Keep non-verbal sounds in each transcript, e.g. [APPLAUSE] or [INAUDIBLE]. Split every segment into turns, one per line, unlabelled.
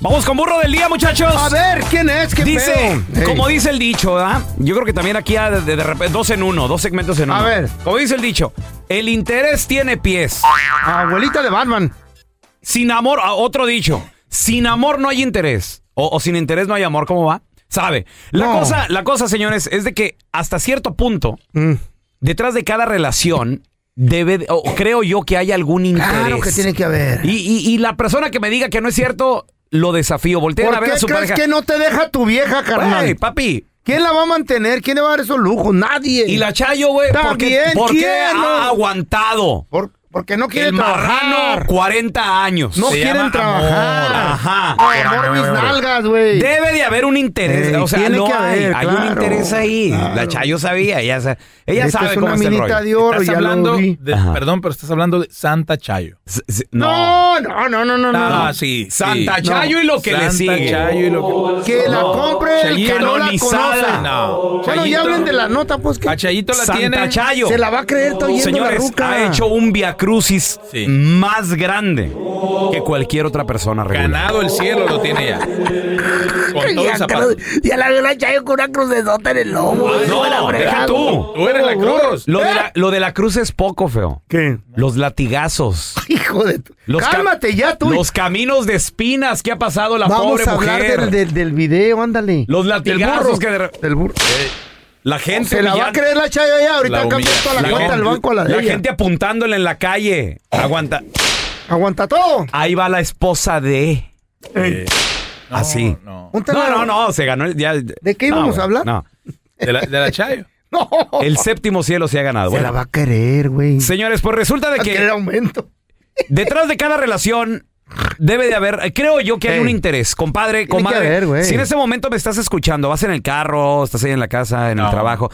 Vamos con burro del día, muchachos.
A ver, ¿quién es? ¿Qué
Dice,
pedo? Ey.
como dice el dicho, ¿verdad? Yo creo que también aquí hay de, de- de repente dos en uno, dos segmentos en uno.
A ver.
Como dice el dicho, el interés tiene pies.
Abuelita de Batman.
Sin amor, ah, otro dicho, sin amor no hay interés. O, o sin interés pues no hay amor, ¿cómo va? Sabe. La
No.
cosa, la cosa, señores, es de que hasta cierto punto,
Mm.
detrás de cada relación, debe, de- o creo yo que hay algún interés.
Claro que tiene que haber.
Y, y- y la persona que me diga que no es cierto, lo desafío. Volteen a
¿Por
ver
qué
a su
crees
pareja.
que no te deja tu vieja, carnal?
Güey, papi.
¿Quién la va a mantener? ¿Quién le va a dar esos lujos? Nadie.
Y la Chayo, güey, ¿por qué,
También,
por qué
¿quién, no?
ha aguantado?
Por- porque no quiere
El marrano,
trabajar.
40 años.
No
Se
quieren
llama
trabajar.
amor. Ajá.
Amor, mis nalgas, güey.
Debe de haber un interés.
Ey,
o sea,
tiene
lo
que
hay.
haber,
hay un
claro,
interés ahí.
claro. Este
La Chayo sabía. Ella, sa- ella
Esta
sabe
es
cómo
una
es el
minita
rollo.
de oro,
Estás
ya lo
hablando
vi.
de-
Ajá.
perdón, pero estás hablando de Santa Chayo.
S- s- No.
No, no, no, no, no. no.
Ah, sí.
Santa
sí.
Chayo y lo que le
Santa
sigue. Oh.
Chayo y lo que...
Que la compre el que
Chayito,
no la
canonizada.
conoce.
No.
Bueno, ya
Chayito.
hablen de la nota, pues que
A Chayito la
Santa
tiene.
Chayo.
se la va a creer todo oyendo la
Señores,
ruca.
ha hecho un viacrucis
Sí.
más grande que cualquier otra persona regular.
Ganado el cielo lo tiene [LAUGHS] ya. Con todo el zapato.
la vio la Chayo con una crucesota en el lomo.
Ah, No, deja tú.
Tú eres la cruz.
Lo de,
Eh.
la, lo de la cruz es poco, feo.
¿Qué?
Los latigazos.
Hijo de tu...
Los ca-
Cálmate ya tú.
Los caminos de espinas que ha pasado la
Vamos
pobre
a hablar
mujer.
del, del, del video, ándale.
Los latigazos
burro.
que de re-
Del burro.
La gente.
Se la va a
humillando-
creer la Chayo ya.
La
Ahorita cambia
humilla-
toda la
la
cuenta
gente-
del banco a la de
la
ella.
gente apuntándole en la calle. Aguanta.
Aguanta todo.
Ahí va la esposa de.
No,
Así.
Eh. No.
Póntela-
No, no, no. Se ganó el. Ya,
¿De qué íbamos
No,
a hablar?
No.
De la, de la Chayo.
[LAUGHS] No.
El séptimo cielo se ha ganado.
Se
Bueno,
la va a querer, güey. Se
Señores, pues resulta de
va a querer
que
aumento.
detrás de cada relación debe de haber, eh, creo yo que hay
Ey.
un interés, compadre,
que
comadre.
haber, güey.
si en ese momento me estás escuchando, vas en el carro, estás ahí en la casa, en el
No.
trabajo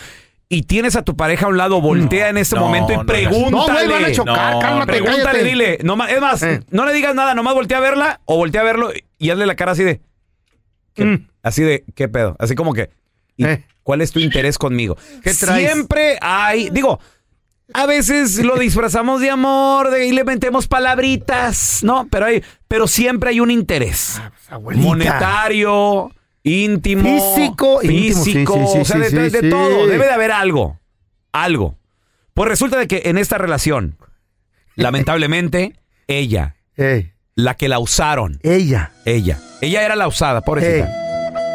y tienes a tu pareja a un lado, voltea en este
no,
momento y
no,
pregúntale.
No, güey, van a chocar.
No,
cálmate,
Pregúntale,
cállate.
dile. nomás- es más,
Eh.
no le digas nada, nomás voltea a verla o voltea a verlo y hazle la cara así de. ¿qué-
Mm.
Así de, ¿qué pedo? Así como que. ¿y
Eh.
¿Cuál es tu interés conmigo?
¿Qué traes?
Siempre hay. Digo. A veces lo disfrazamos de amor, de, y le metemos palabritas, ¿no? Pero hay, pero siempre hay un interés.
pues, Abuelita.
Monetario, íntimo.
Físico, íntimo, sí,
físico,
sí, sí,
o sea,
sí,
de, de-
sí,
de
sí.
todo. Debe de haber algo. Algo. Pues resulta de que en esta relación, lamentablemente, ella,
Ey,
la que la usaron,
ella.
ella, ella era la usada, pobrecita,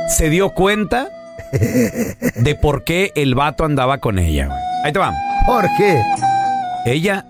se dio cuenta de por qué el vato andaba con ella. güey. Ahí te va.
¿Por qué?
Ella,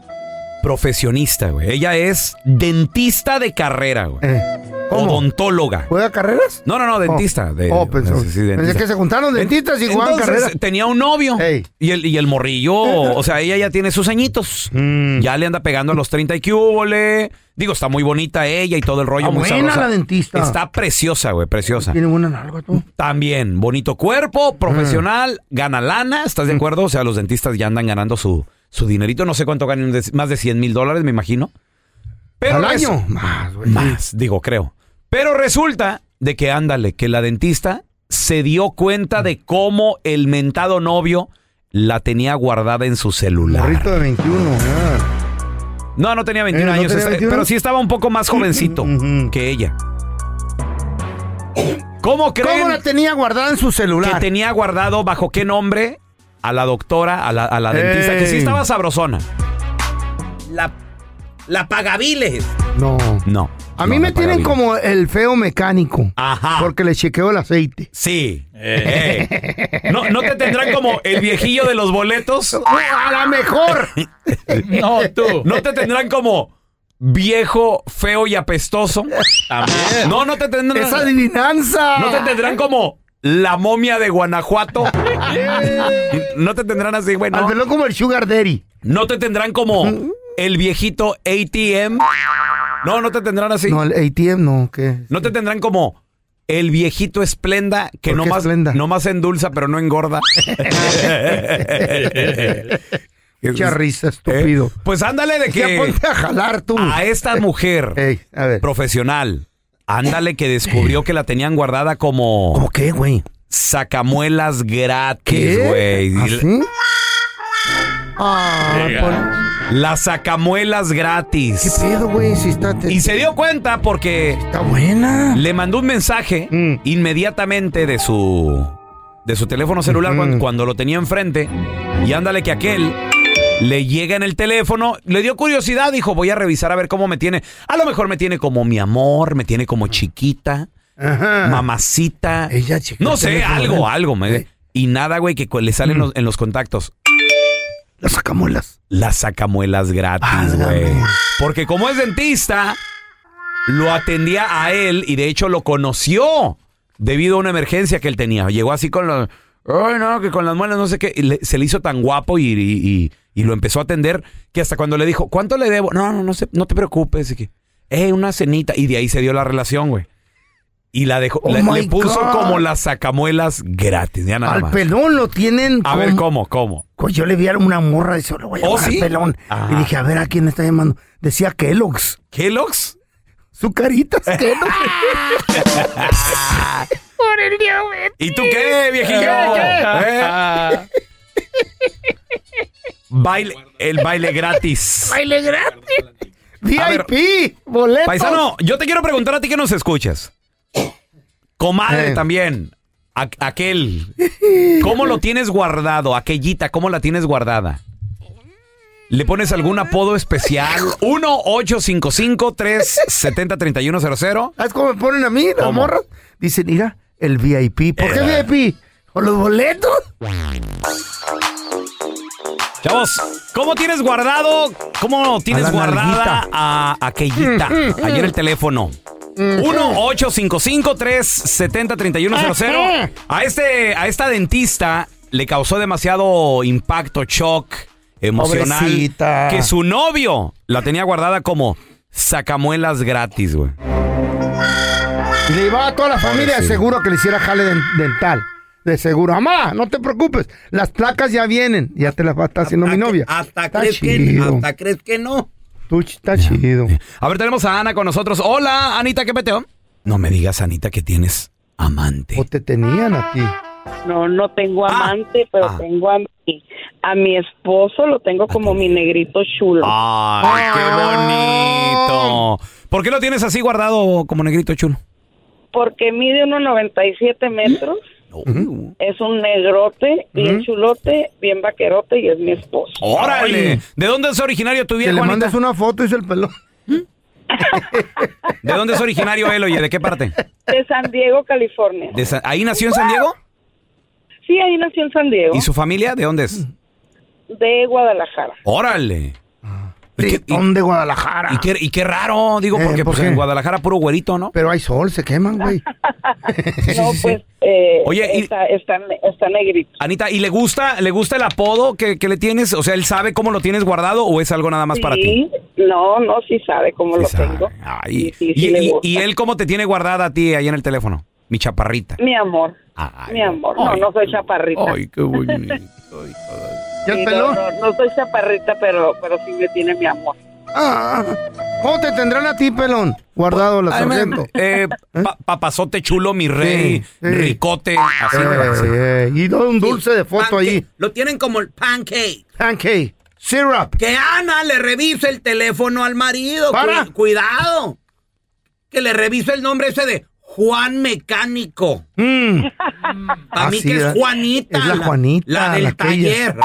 profesionista, güey. Ella es dentista de carrera, güey.
Eh,
Odontóloga.
¿Juega carreras?
No, no, no, dentista. de-
Oh, pensó.
sí, sí, dentista.
Pensé que se juntaron dentistas y jugaban
Entonces, eh,
carreras.
tenía un novio.
Ey.
Y el, y el morrillo,
[LAUGHS]
o sea, ella ya tiene sus añitos.
Mm.
Ya le anda pegando a los 30 y que hubo, le. Digo, está muy bonita ella y todo el rollo.
Está
muy
Ah, buena
sabrosa.
la dentista.
Está preciosa, güey, preciosa.
Tiene buena nalga, tú.
También, bonito
Ah.
cuerpo, profesional, gana lana, ¿estás de
Mm.
acuerdo? O sea, los dentistas ya andan ganando su, su dinerito. No sé cuánto ganan, de- más de 100 mil dólares, me imagino. Pero
¿Al
resu-
año? Más, güey.
Más, digo, creo. Pero resulta de que, ándale, que la dentista se dio cuenta de cómo el mentado novio la tenía guardada en su
Morrito
celular.
de 21. ah.
No, no tenía 21
Eh, ¿no
años,
tenía
este,
21?
pero sí estaba un poco más jovencito
Ujú.
que ella. ¿Cómo creen?
¿Cómo la tenía guardada en su
que
celular?
tenía guardado bajo qué nombre a la doctora, a la, a la
Ey.
dentista, que sí estaba sabrosona. La, la pagaviles.
No.
No. no,
A
Ah.
mí
la
me tienen
Pagaviles.
como el feo mecánico.
Ajá.
Porque le chequeo el aceite.
Sí. Eh. Ey. No, ¿No te tendrán como el viejillo de los boletos?
¡A
[LAUGHS]
la mejor!
No, tú. ¿No te tendrán como viejo, feo y apestoso? También. No, no te tendrán.
¡Esa adivinanza!
¿No te tendrán como la momia de Guanajuato? ¿No te tendrán así, güey?
Al
No.
pelón como el Sugar Daddy.
¿No te tendrán como el viejito ATM? No, no te tendrán así.
No, el ATM no, ¿qué?
No te tendrán como el viejito esplenda que
¿Por qué
nomás,
Esplenda?
nomás endulza pero no
[LAUGHS]
engorda.
Mucha
Eh,
risa, estúpido.
Pues ándale de
Ya
que Ah,
ponte a jalar tú. Eh.
a esta
[LAUGHS]
mujer
Ey, a ver.
profesional, ándale que descubrió que la tenían guardada como
¿Cómo qué, güey?
sacamuelas gratis,
¿Qué? ¿Ah,
güey.
¿Así? Ah, pon-
Las sacamuelas
¿Qué
gratis.
pedo, güey? Si está...
Y se dio cuenta porque
Está buena.
Le mandó un mensaje
Mm.
inmediatamente de su de su teléfono celular cuan-
Mm.
cuando, lo tenía enfrente y ándale que aquel le llega en el teléfono, le dio curiosidad, dijo, voy a revisar a ver cómo me tiene. A lo mejor me tiene como mi amor, me tiene como chiquita,
Ajá.
mamacita.
Ella chequeó
no
el
sé,
Ah. teléfono,
algo,
Mm. ¿verdad?
algo. me-
Eh.
Y nada, güey, que cu- le salen los- en los contactos.
Las sacamuelas.
Las sacamuelas gratis,
Válgame.
güey. Porque como es dentista, lo atendía a él y de hecho lo conoció debido a una emergencia que él tenía. Llegó así con los. Ay, no, que con las muelas, no sé qué. Y le- se le hizo tan guapo y, y- y- y lo empezó a atender que hasta cuando le dijo, ¿cuánto le debo? No, no, no, se- no te preocupes. y que, eh, una cenita. Y de ahí se dio la relación, güey. Y la dejó,
Oh
le,
my
le puso
God.
como las sacamuelas gratis, ya nada
Al
más.
pelón lo tienen.
A ver, ¿cómo?
como-
¿Cómo?
Pues yo le vi a una morra y solo voy a
¿Oh,
llamar al
sí?
pelón.
Ajá.
Y dije, a ver, ¿a quién está llamando? Decía Kellogg's.
¿Kellogg's?
Su carita
[LAUGHS]
es Kellogg's.
¿Y tú qué, viejillo? ¿Eh? Baile, el baile gratis.
¡Baile gratis!
A ver.
¡VIP! ¡Boleto!
Paisano, yo te quiero preguntar a ti que nos escuchas. Comadre
Eh.
también. A- aquel. ¿Cómo lo tienes guardado? Aquellita, ¿cómo la tienes guardada? ¿Le pones algún apodo especial? 1-855-370-3100.
¿Sabes cómo Ah, me ponen a mí, las
¿Cómo?
morras? Dicen, mira, el VIP. ¿Por qué
Eh.
VIP? ¿O los boletos?
Chavos, ¿cómo tienes guardado? ¿Cómo tienes
la
guardada
nalguita.
a aquellita? Ayer el teléfono. 1-855-370-3100. A, este, a esta dentista le causó demasiado impacto, shock emocional.
Pobrecita.
Que su novio la tenía guardada como sacamuelas gratis, güey.
Y le llevaba a toda la familia de seguro que le hiciera jale den- dental. De seguro. Mamá, no te preocupes. Las placas ya vienen. Ya te las va a estar haciendo mi novia. está chido.
crees que no.
Tú ch- está chido.
A ver, tenemos a Ana con nosotros. Hola, Anita, ¿qué peteo? No me digas, Anita, que tienes amante.
O te tenían a ti.
No, no tengo
Ah.
amante, pero
Ah.
tengo a mi, a mi esposo, lo tengo como mi negrito chulo.
Ay, qué bonito. ¿Por qué lo tienes así guardado como negrito chulo?
Porque mide 1,97 metros, es un negrote, bien chulote, bien vaquerote y es mi esposo.
Oh. Órale. ¿De dónde es originario tu
Que
viejo,
le
Anita?
mandes una foto, dice el pelón.
¿De dónde es originario él, oye? ¿De qué parte?
De San Diego, California.
¿De San- ¿Ahí nació en San Diego?
Sí, ahí nació en San Diego,
¿Y su familia de dónde es? [LAUGHS]
de Guadalajara.
Órale.
Tetón de Guadalajara.
Y qué, y qué raro, digo,
Eh,
porque
¿por
pues,
qué?
en Guadalajara puro güerito, ¿no?
Pero hay sol, se
[LAUGHS]
queman, güey.
No, pues eh,
Oye, y-
está, está, está negrito.
Anita, ¿y le gusta, le gusta el apodo que, que le tienes? O sea, ¿él sabe cómo lo tienes guardado o es algo nada más para ti?
Sí, No, no, sí sabe cómo lo tengo.
Ay,
sí,
y,
sí le
y-
gusta.
y él cómo te tiene guardada a ti ahí en el teléfono? Mi chaparrita.
Mi amor,
Ay,
mi amor. No, no soy chaparrita.
ay,
[LAUGHS]
qué bonito.
Sí, no, no, no soy chaparrita, pero, pero sí me tiene mi amor.
Ah, ¿Cómo te tendrán a ti, pelón? Guardado la
Ay, me-
sargento.
eh, pa- papazote chulo, mi rey, ricote, así me va a decir.
Eh, eh, y doy un dulce de foto ahí.
Lo tienen como el pancake.
Pancake, syrup.
Que Ana le revise el teléfono al marido.
Para.
Cu- cuidado. Que le revise el nombre ese de Juan Mecánico. Para
Ah,
mí
sí,
que
la-
es Juanita.
es la Juanita,
La del
la aquella.
taller.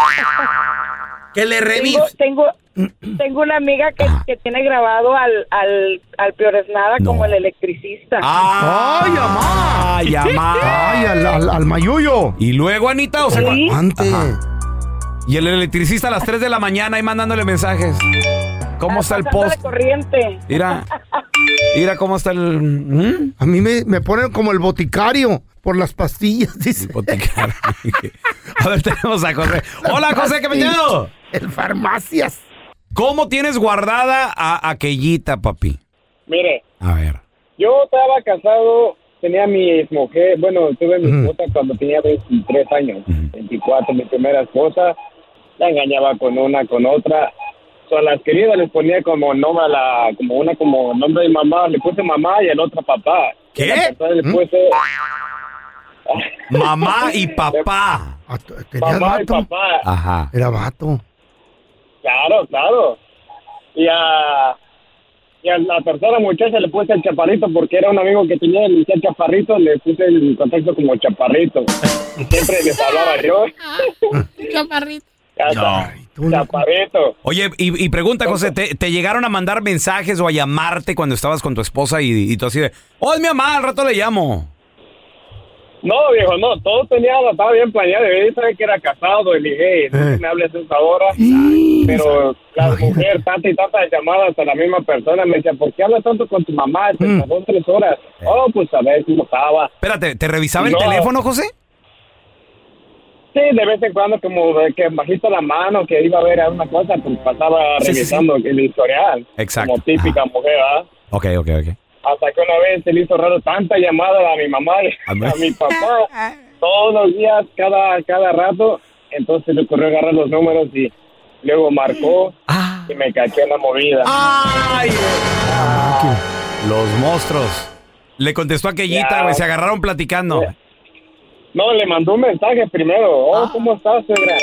Que le revise.
Tengo, tengo, tengo una amiga que, que tiene grabado al, al, al Piores Nada como el electricista.
Ah,
¡Ay, amá!
¡Ay, amá!
¡Ay, al, al, al mayuyo!
Y luego, Anita, o sea,
Sí.
cua-
Antes.
y el electricista a las 3 de la mañana ahí mandándole mensajes. ¿Cómo está
[LAUGHS]
el
Pasando de
post?
corriente.
Mira, mira cómo está el... ¿Mm?
A mí me, me ponen como el boticario por las pastillas, [LAUGHS] dice.
boticario. A ver, tenemos a José. Hola, José, ¿qué peñado?
El farmacias.
¿Cómo tienes guardada a aquellita, papi?
Mire,
A ver.
yo estaba casado, tenía mi mujer, bueno, tuve mi esposa cuando tenía 23 años, 24, mi primera esposa, la engañaba con una, con otra. So, a las queridas les ponía como nombre, a la, como una como nombre de mamá, le puse mamá y el otro papá.
¿Qué?
Y a la tercera le puse
Mamá y papá.
Ah, t- ¿Tenías
mamá y
vato?
papá.
Ajá.
Era vato.
Claro, claro. Y a, y a la tercera muchacha le puse el chaparrito porque era un amigo que tenía el el chaparrito, le puse el contexto como chaparrito. Siempre les hablaba yo. chaparrito.
Ay, tú no-
Chaparrito.
Oye, y, y pregunta, José, ¿te, te llegaron a mandar mensajes o a llamarte cuando estabas con tu esposa y, y tú así de, oh, es mi mamá, al rato le llamo?
No, viejo, no, todo tenía, estaba bien planeado. Yo sabía que era casado, y le dije, "Hey,
Eh.
no me hables a esa hora. Pero la mujer, tanta y tantas llamadas a la misma persona, me decía, ¿por qué hablas tanto con tu mamá? Te pasó tres horas. Oh, pues a ver cómo estaba.
Espérate, ¿te revisaba el
No.
teléfono, José?
Sí, de vez en cuando, como de que bajito la mano, que iba a ver alguna cosa, pues pasaba
Sí, sí,
revisando el historial.
Exacto.
Como típica mujer, ¿verdad?
Ok, ok, ok.
Hasta que una vez se le hizo raro tanta llamada a mi mamá y
A ver.
[LAUGHS] a mi papá, todos los días, cada, cada rato. Entonces le ocurrió agarrar los números y luego marcó
Ah.
y me caché en la movida.
¡Ay! Los monstruos. Le contestó aquellita,
Ya.
güey, se agarraron platicando.
No, le mandó un mensaje primero.
Ah.
Oh, ¿cómo estás, suegra?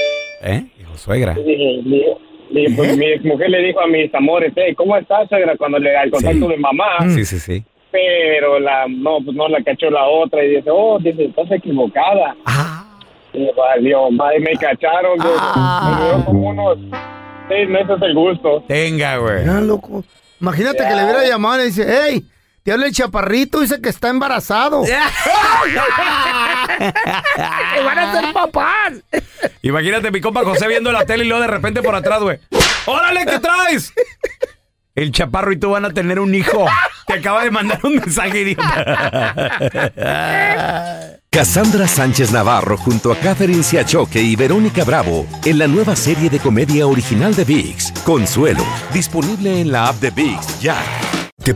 ¿Eh? Hijo, suegra.
Le dije, le- le dije, pues, mi mujer le dijo a mis amores, hey, ¿cómo estás, suegra? Cuando le al contacto de mamá.
Sí, sí, sí.
pero la no pues no la cachó la otra y dice oh dice estás equivocada y valió madre me cacharon yo, me duró como unos seis meses el gusto
Tenga, güey.
Mira, Ah, loco. Imagínate que le hubiera llamado y dice, hey, te habla el chaparrito, dice que está embarazado. [LAUGHS] ¡Que van a ser papás!
Imagínate mi compa José viendo la tele y luego de repente por atrás, güey. ¡Órale, qué traes! El chaparro y tú van a tener un hijo. Te acaba de mandar un mensaje, idiota.
Cassandra Sánchez Navarro junto a Catherine Siachoque y Verónica Bravo en la nueva serie de comedia original de VIX, Consuelo, disponible en la app de VIX ya.
¿Te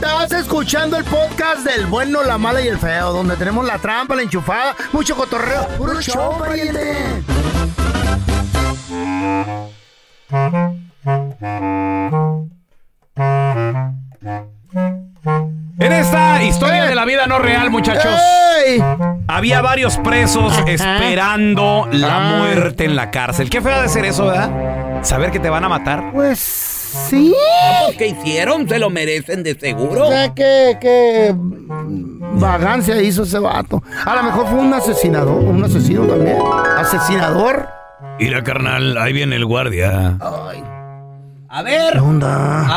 Estás escuchando el podcast del bueno, la mala y el feo, donde tenemos la trampa, la enchufada, mucho cotorreo. ¡Puro show, pariente!
En esta historia de la vida no real, muchachos,
Eh.
había varios presos esperando la muerte en la cárcel. Qué feo ha de ser eso, ¿verdad? Saber que te van a matar.
Pues sí.
¿Qué hicieron? Se lo merecen de seguro.
O sea, qué, qué vagancia hizo ese vato. A lo mejor fue un asesinador, un asesino también. Asesinador.
Mira, carnal, ahí viene el guardia.
A ver. A ver, a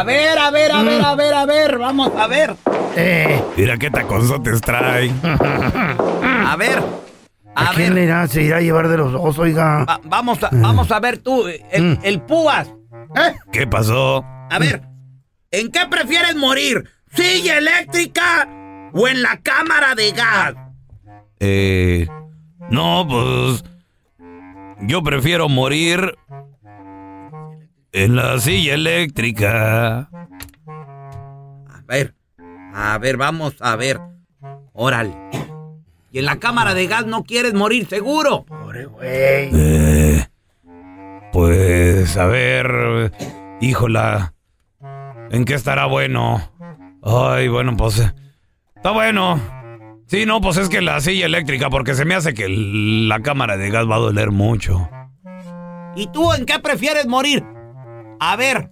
ver, a ver, a ver, a ver. Vamos, a ver.
Eh,
Mira qué taconzotes trae.
[LAUGHS] A ver.
¿A, quién le irá, se irá a llevar de los dos, oiga?
Va- vamos, a, vamos a ver tú, el, el púas.
Mm. ¿Qué pasó?
A ver, ¿en qué prefieres morir? ¿Silla eléctrica o en la cámara de gas?
Eh, no, pues. Yo prefiero morir en la silla eléctrica.
A ver, a ver, vamos a ver. Órale. Y en la cámara de gas no quieres morir seguro.
Eh, pues, a ver. Híjola. ¿En qué estará bueno? Ay, bueno, pues. eh, Está bueno. Sí, no, pues es que la silla eléctrica, porque se me hace que l- la cámara de gas va a doler mucho.
¿Y tú en qué prefieres morir? A ver.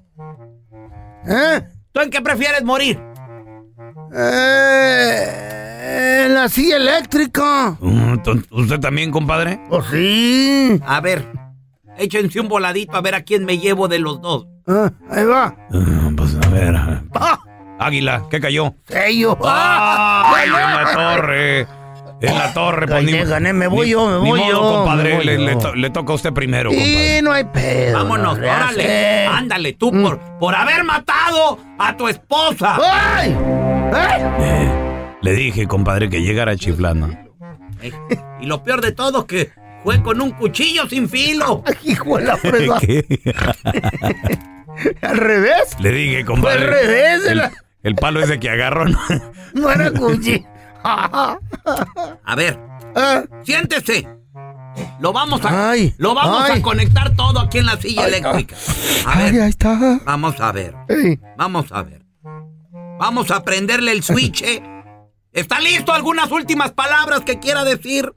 ¿Tú en qué prefieres morir?
Eh, en la silla eléctrica.
Mm, ton- ¿Usted también, compadre?
Pues sí.
A ver, échense un voladito a ver a quién me llevo de los dos.
Ah, ahí va. Ah,
Pues a ver. Águila, ¿qué cayó?
Sello.
Ah.
Ah,
Ay, en la torre. En la torre, pues,
Gané,
ni-
gané, me
ni-
voy yo, me
ni
voy
modo,
yo, me
compadre,
voy
le,
yo.
le to- le toca a usted primero, compadre.
Y no hay pedo.
Vámonos,
no le
órale.
hace.
Ándale, tú
Mm.
por, por haber matado a tu esposa.
¡Ay! ¡Ay!
Le dije, compadre, que llegara chiflando.
Eh.
Y lo peor de todo que fue con un cuchillo sin filo.
Hijo de
[LAUGHS]
la [LAUGHS] fresa.
¿Qué?
Al revés.
Le dije, compadre.
Fue
Pues
al revés,
El,
la-
el palo ese que agarró.
[LAUGHS]
¿no?
No era cuchi.
Ah. A ver, siéntese. Lo vamos a,
[LAUGHS] Ay,
lo vamos
ay.
a conectar todo aquí en la silla eléctrica. A ver,
Ahí está.
vamos a ver,
Ey.
vamos a ver. Vamos a prenderle el switch. eh. ¿Está listo? ¿Algunas últimas palabras que quiera decir?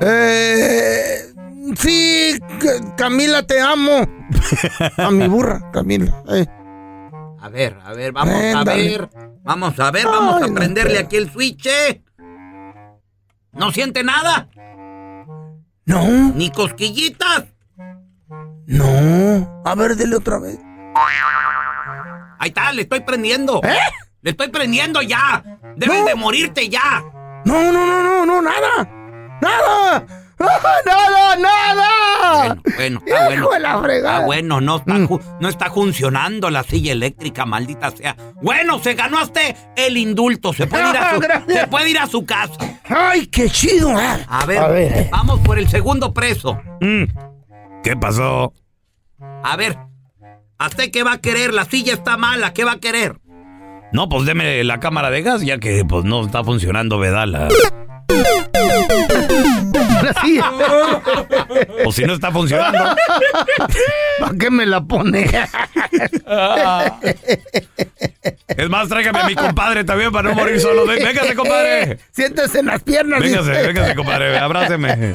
Eh, sí, C- Camila, te [LAUGHS] amo. A mi burra, Camila. Eh.
A ver, a ver, vamos a
Préndale.
ver. Vamos a ver, vamos
Ay,
a
no
prenderle
puedo.
aquí el switch. eh. ¿No siente nada?
No,
¿Ni cosquillitas?
no. A ver, dile otra vez.
Ahí está, le estoy prendiendo.
¿Eh?
Le estoy prendiendo ya. Debes
No.
de morirte ya.
No, no, no, no, no, nada. Nada. [LAUGHS] Ah, Nada, nada.
Bueno, está bueno.
Hijo de la fregada.
Está Ah, bueno, no está,
Mm.
ju- no está funcionando la silla eléctrica, maldita sea. Bueno, se ganó hasta el indulto. Se puede ir
[LAUGHS]
a su,
Gracias.
se puede ir a su casa.
Ay, qué chido. ah.
A ver,
A ver.
[LAUGHS] vamos por el segundo preso.
Mm. ¿Qué pasó?
A ver, ¿hasta qué va a querer? La silla está mala, ¿qué va a querer?
No, pues deme la cámara de gas, ya que pues no está funcionando, ¿verdad? La-
Ahora sí.
O si no está
[LAUGHS]
funcionando.
[LAUGHS] ¿Para qué me la pone?
Es más, tráigame a mi compadre también para no morir solo. Ven- Véngase, compadre.
Siéntese en las piernas.
Véngase,
dice.
véngase, compadre. Abráceme.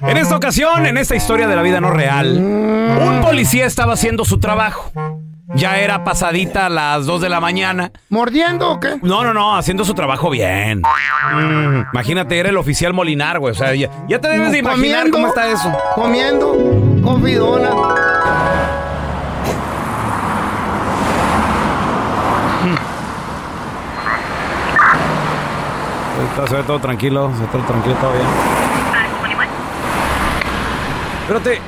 En esta ocasión, en esta historia de la vida no real, un policía estaba haciendo su trabajo. Ya era pasadita a las 2 de la mañana.
¿Mordiendo o qué?
No, no, no, haciendo su trabajo bien. Imagínate, era el oficial Molinar, güey. O sea, ya, ya te debes de imaginar
Comiendo,
cómo está eso.
Comiendo con fidona.
Está- Se ve todo tranquilo, se ve todo tranquilo, todo bien. Espérate.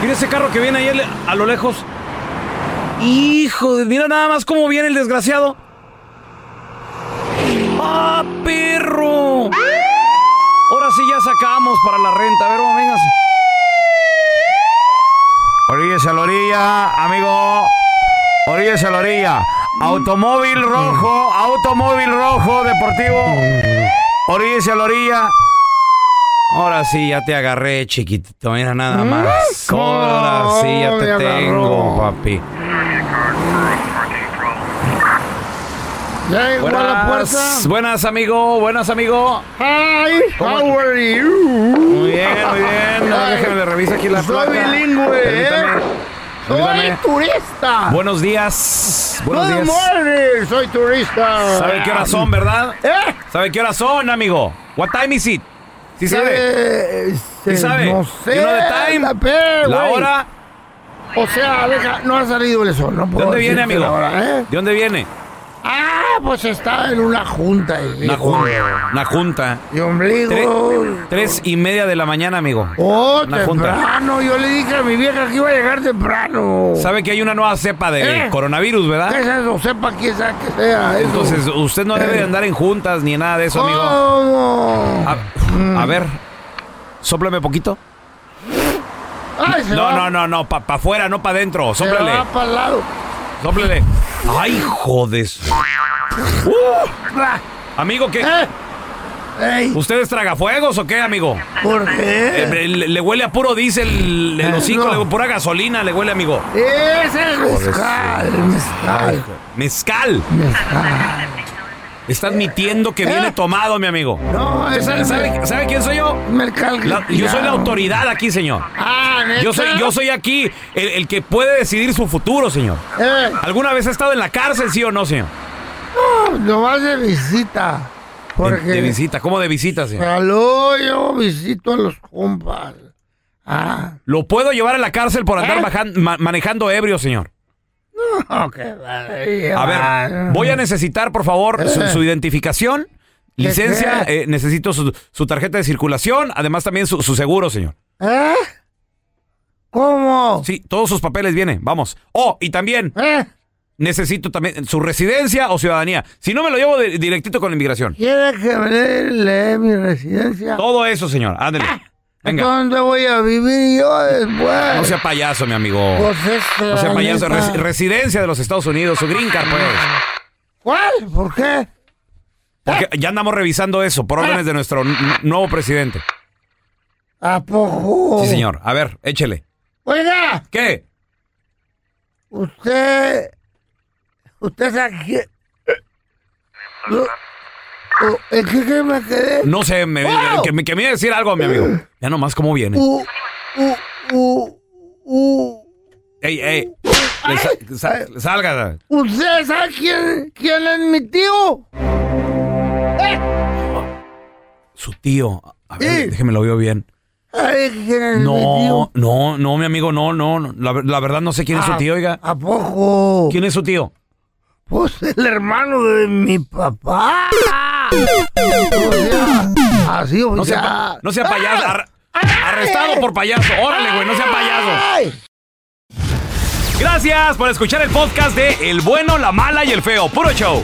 Mira ese carro que viene ahí al- a lo lejos. Hijo, de- mira nada más cómo viene el desgraciado. ¡Ah, perro! Ahora sí ya sacamos para la renta. A ver, vamos, véngase.
Oríllese a la orilla, amigo. Oríllese a la orilla. Automóvil rojo, automóvil rojo, deportivo. Oríllese a la orilla.
Ahora sí ya te agarré, chiquitito. Mira nada más.
¿Cómo
Ahora sí ya
Mm. me
te
agarró?
tengo, papi.
Ya llegó a la
Buenas,
puerta.
buenas, amigo. Buenas, amigo.
Hi, how are you? Muy
bien, muy bien. No, déjame le reviso aquí la
Soy
placa.
bilingüe, ¿eh?
Permítame,
Soy
permítame.
turista.
Buenos días. Buenos
Good
días.
morning, soy turista.
¿Sabe qué horas son, verdad?
¿Eh?
¿Sabe qué horas son, amigo? What time is it? ¿Sí sabe?
Eh,
¿Sí
eh,
sabe?
No
You
sé.
know the time?
La, pe-
La
güey.
hora.
O sea, deja, no ha salido el sol. No
¿De
puedo
dónde viene,
decirte
amigo?
la hora, ¿eh?
¿De dónde viene?
Ah, pues está en una junta. ahí.
Una junta. Una junta.
Y ombligo.
Tre- tres y media de la mañana, amigo.
Oh,
Una junta.
temprano. Yo le dije a mi vieja que iba a llegar temprano.
Sabe que hay una nueva cepa de
¿Eh?
coronavirus,
¿Qué es
¿verdad?
eso? Sepa quién sabe que sea. ¿eh? Eso.
Entonces, usted no debe de andar en juntas ni nada de eso, amigo.
Oh.
Ah,
¿Cómo?
A ver, sóplame poquito.
Ay, se
No,
va.
no, no, no, para afuera, no para adentro.
Se
Sóplele,
va para el lado.
sóplele. Ay, jodes. Amigo, ¿qué?
¿Eh?
¿Ustedes tragafuegos o qué, amigo?
¿Por qué?
Eh, le, le huele a puro diésel el
Eh,
hocico,
no.
le- pura gasolina le huele, amigo.
Ese es
Joder,
mezcal,
sí.
mezcal.
Mezcal. Está admitiendo que viene tomado, mi amigo.
No, es el
¿Sabe,
mezcal.
sabe quién soy yo?
Mezcal.
La- yo soy la autoridad aquí, señor.
Ah, ¿neta?
Yo soy, yo soy aquí el, el que puede decidir su futuro, señor.
Eh,
¿Alguna vez ha estado en la cárcel, sí o no, señor?
no, lo vas de visita.
De,
Porque
de visita, ¿cómo de visita, señor?
Aló, yo visito a los compas. Ah, [LAUGHS]
¿Lo puedo llevar a la cárcel por andar bajan- ma- manejando ebrio, señor?
no, qué vale.
A
Ah.
ver, voy a necesitar, por favor, su, su identificación, licencia, eh, necesito su, su tarjeta de circulación, además también su, su seguro, señor.
¿Eh? ¿Cómo? ¿Eh?
Sí, todos sus papeles vienen, vamos. Oh, y también necesito también su residencia o ciudadanía. Si no, me lo llevo de- directito con la inmigración.
¿Quiere que me lee mi residencia?
Todo eso, señor, ándele. Venga.
¿Dónde voy a vivir yo después?
No sea payaso, mi amigo.
Pues este,
No sea
la
payaso.
neta.
Res- residencia de los Estados Unidos, su green card, pues.
¿Cuál? ¿Por qué?
Porque ya andamos revisando eso por órdenes de nuestro n- nuevo presidente.
¿A poco?
Sí, señor. A ver, échele.
Oiga,
¿Qué?
usted. Usted sabe quién- Yo- oh, ¿En qué, qué me quedé?
No sé, me,
¡Wow!
que, me, que me iba a decir algo, mi amigo. Ya nomás cómo viene.
U, u, u, u.
Ey, ey. Le sa- sa- salga.
¿Usted sabe quién, quién es mi tío?
Su tío. A ver, déjeme lo veo bien.
Ay, ¿Quién es mi tío?
No, no, no, mi amigo, no, no. no. La, ver- la verdad no sé quién es su
Ah,
tío, oiga.
¿A poco?
¿Quién es su tío?
Pues el hermano de mi papá. O sea, así o
No sea, pa- no sea payaso.
Ah.
Ar- arrestado por payaso. Órale, güey, no sea payaso. Gracias por escuchar el podcast de El bueno, la mala y el feo. Puro show.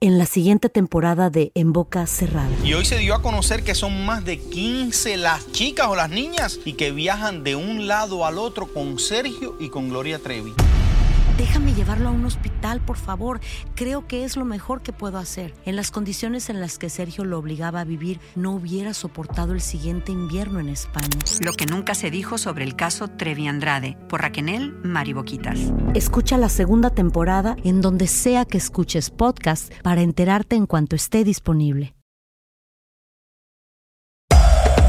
En la siguiente temporada de En Boca Cerrada.
Y hoy se dio a conocer que son más de 15 las chicas o las niñas y que viajan de un lado al otro con Sergio y con Gloria Trevi.
Déjame llevarlo a un hospital, por favor. Creo que es lo mejor que puedo hacer. En las condiciones en las que Sergio lo obligaba a vivir, no hubiera soportado el siguiente invierno en España.
Lo que nunca se dijo sobre el caso Trevi Andrade por Raquel Mariboquitas.
Escucha la segunda temporada en donde sea que escuches podcast para enterarte en cuanto esté disponible.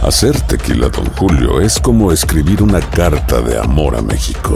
Hacer tequila, Don Julio, es como escribir una carta de amor a México.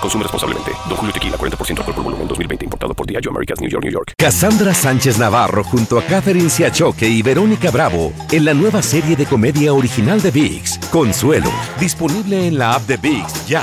Consume responsablemente. Don Julio Tequila, 40% alcohol por volumen, 2020. Importado por Diageo Americas, New York, New York.
Cassandra Sánchez Navarro junto a Catherine Siachoque y Verónica Bravo en la nueva serie de comedia original de VIX, Consuelo, disponible en la app de VIX ya.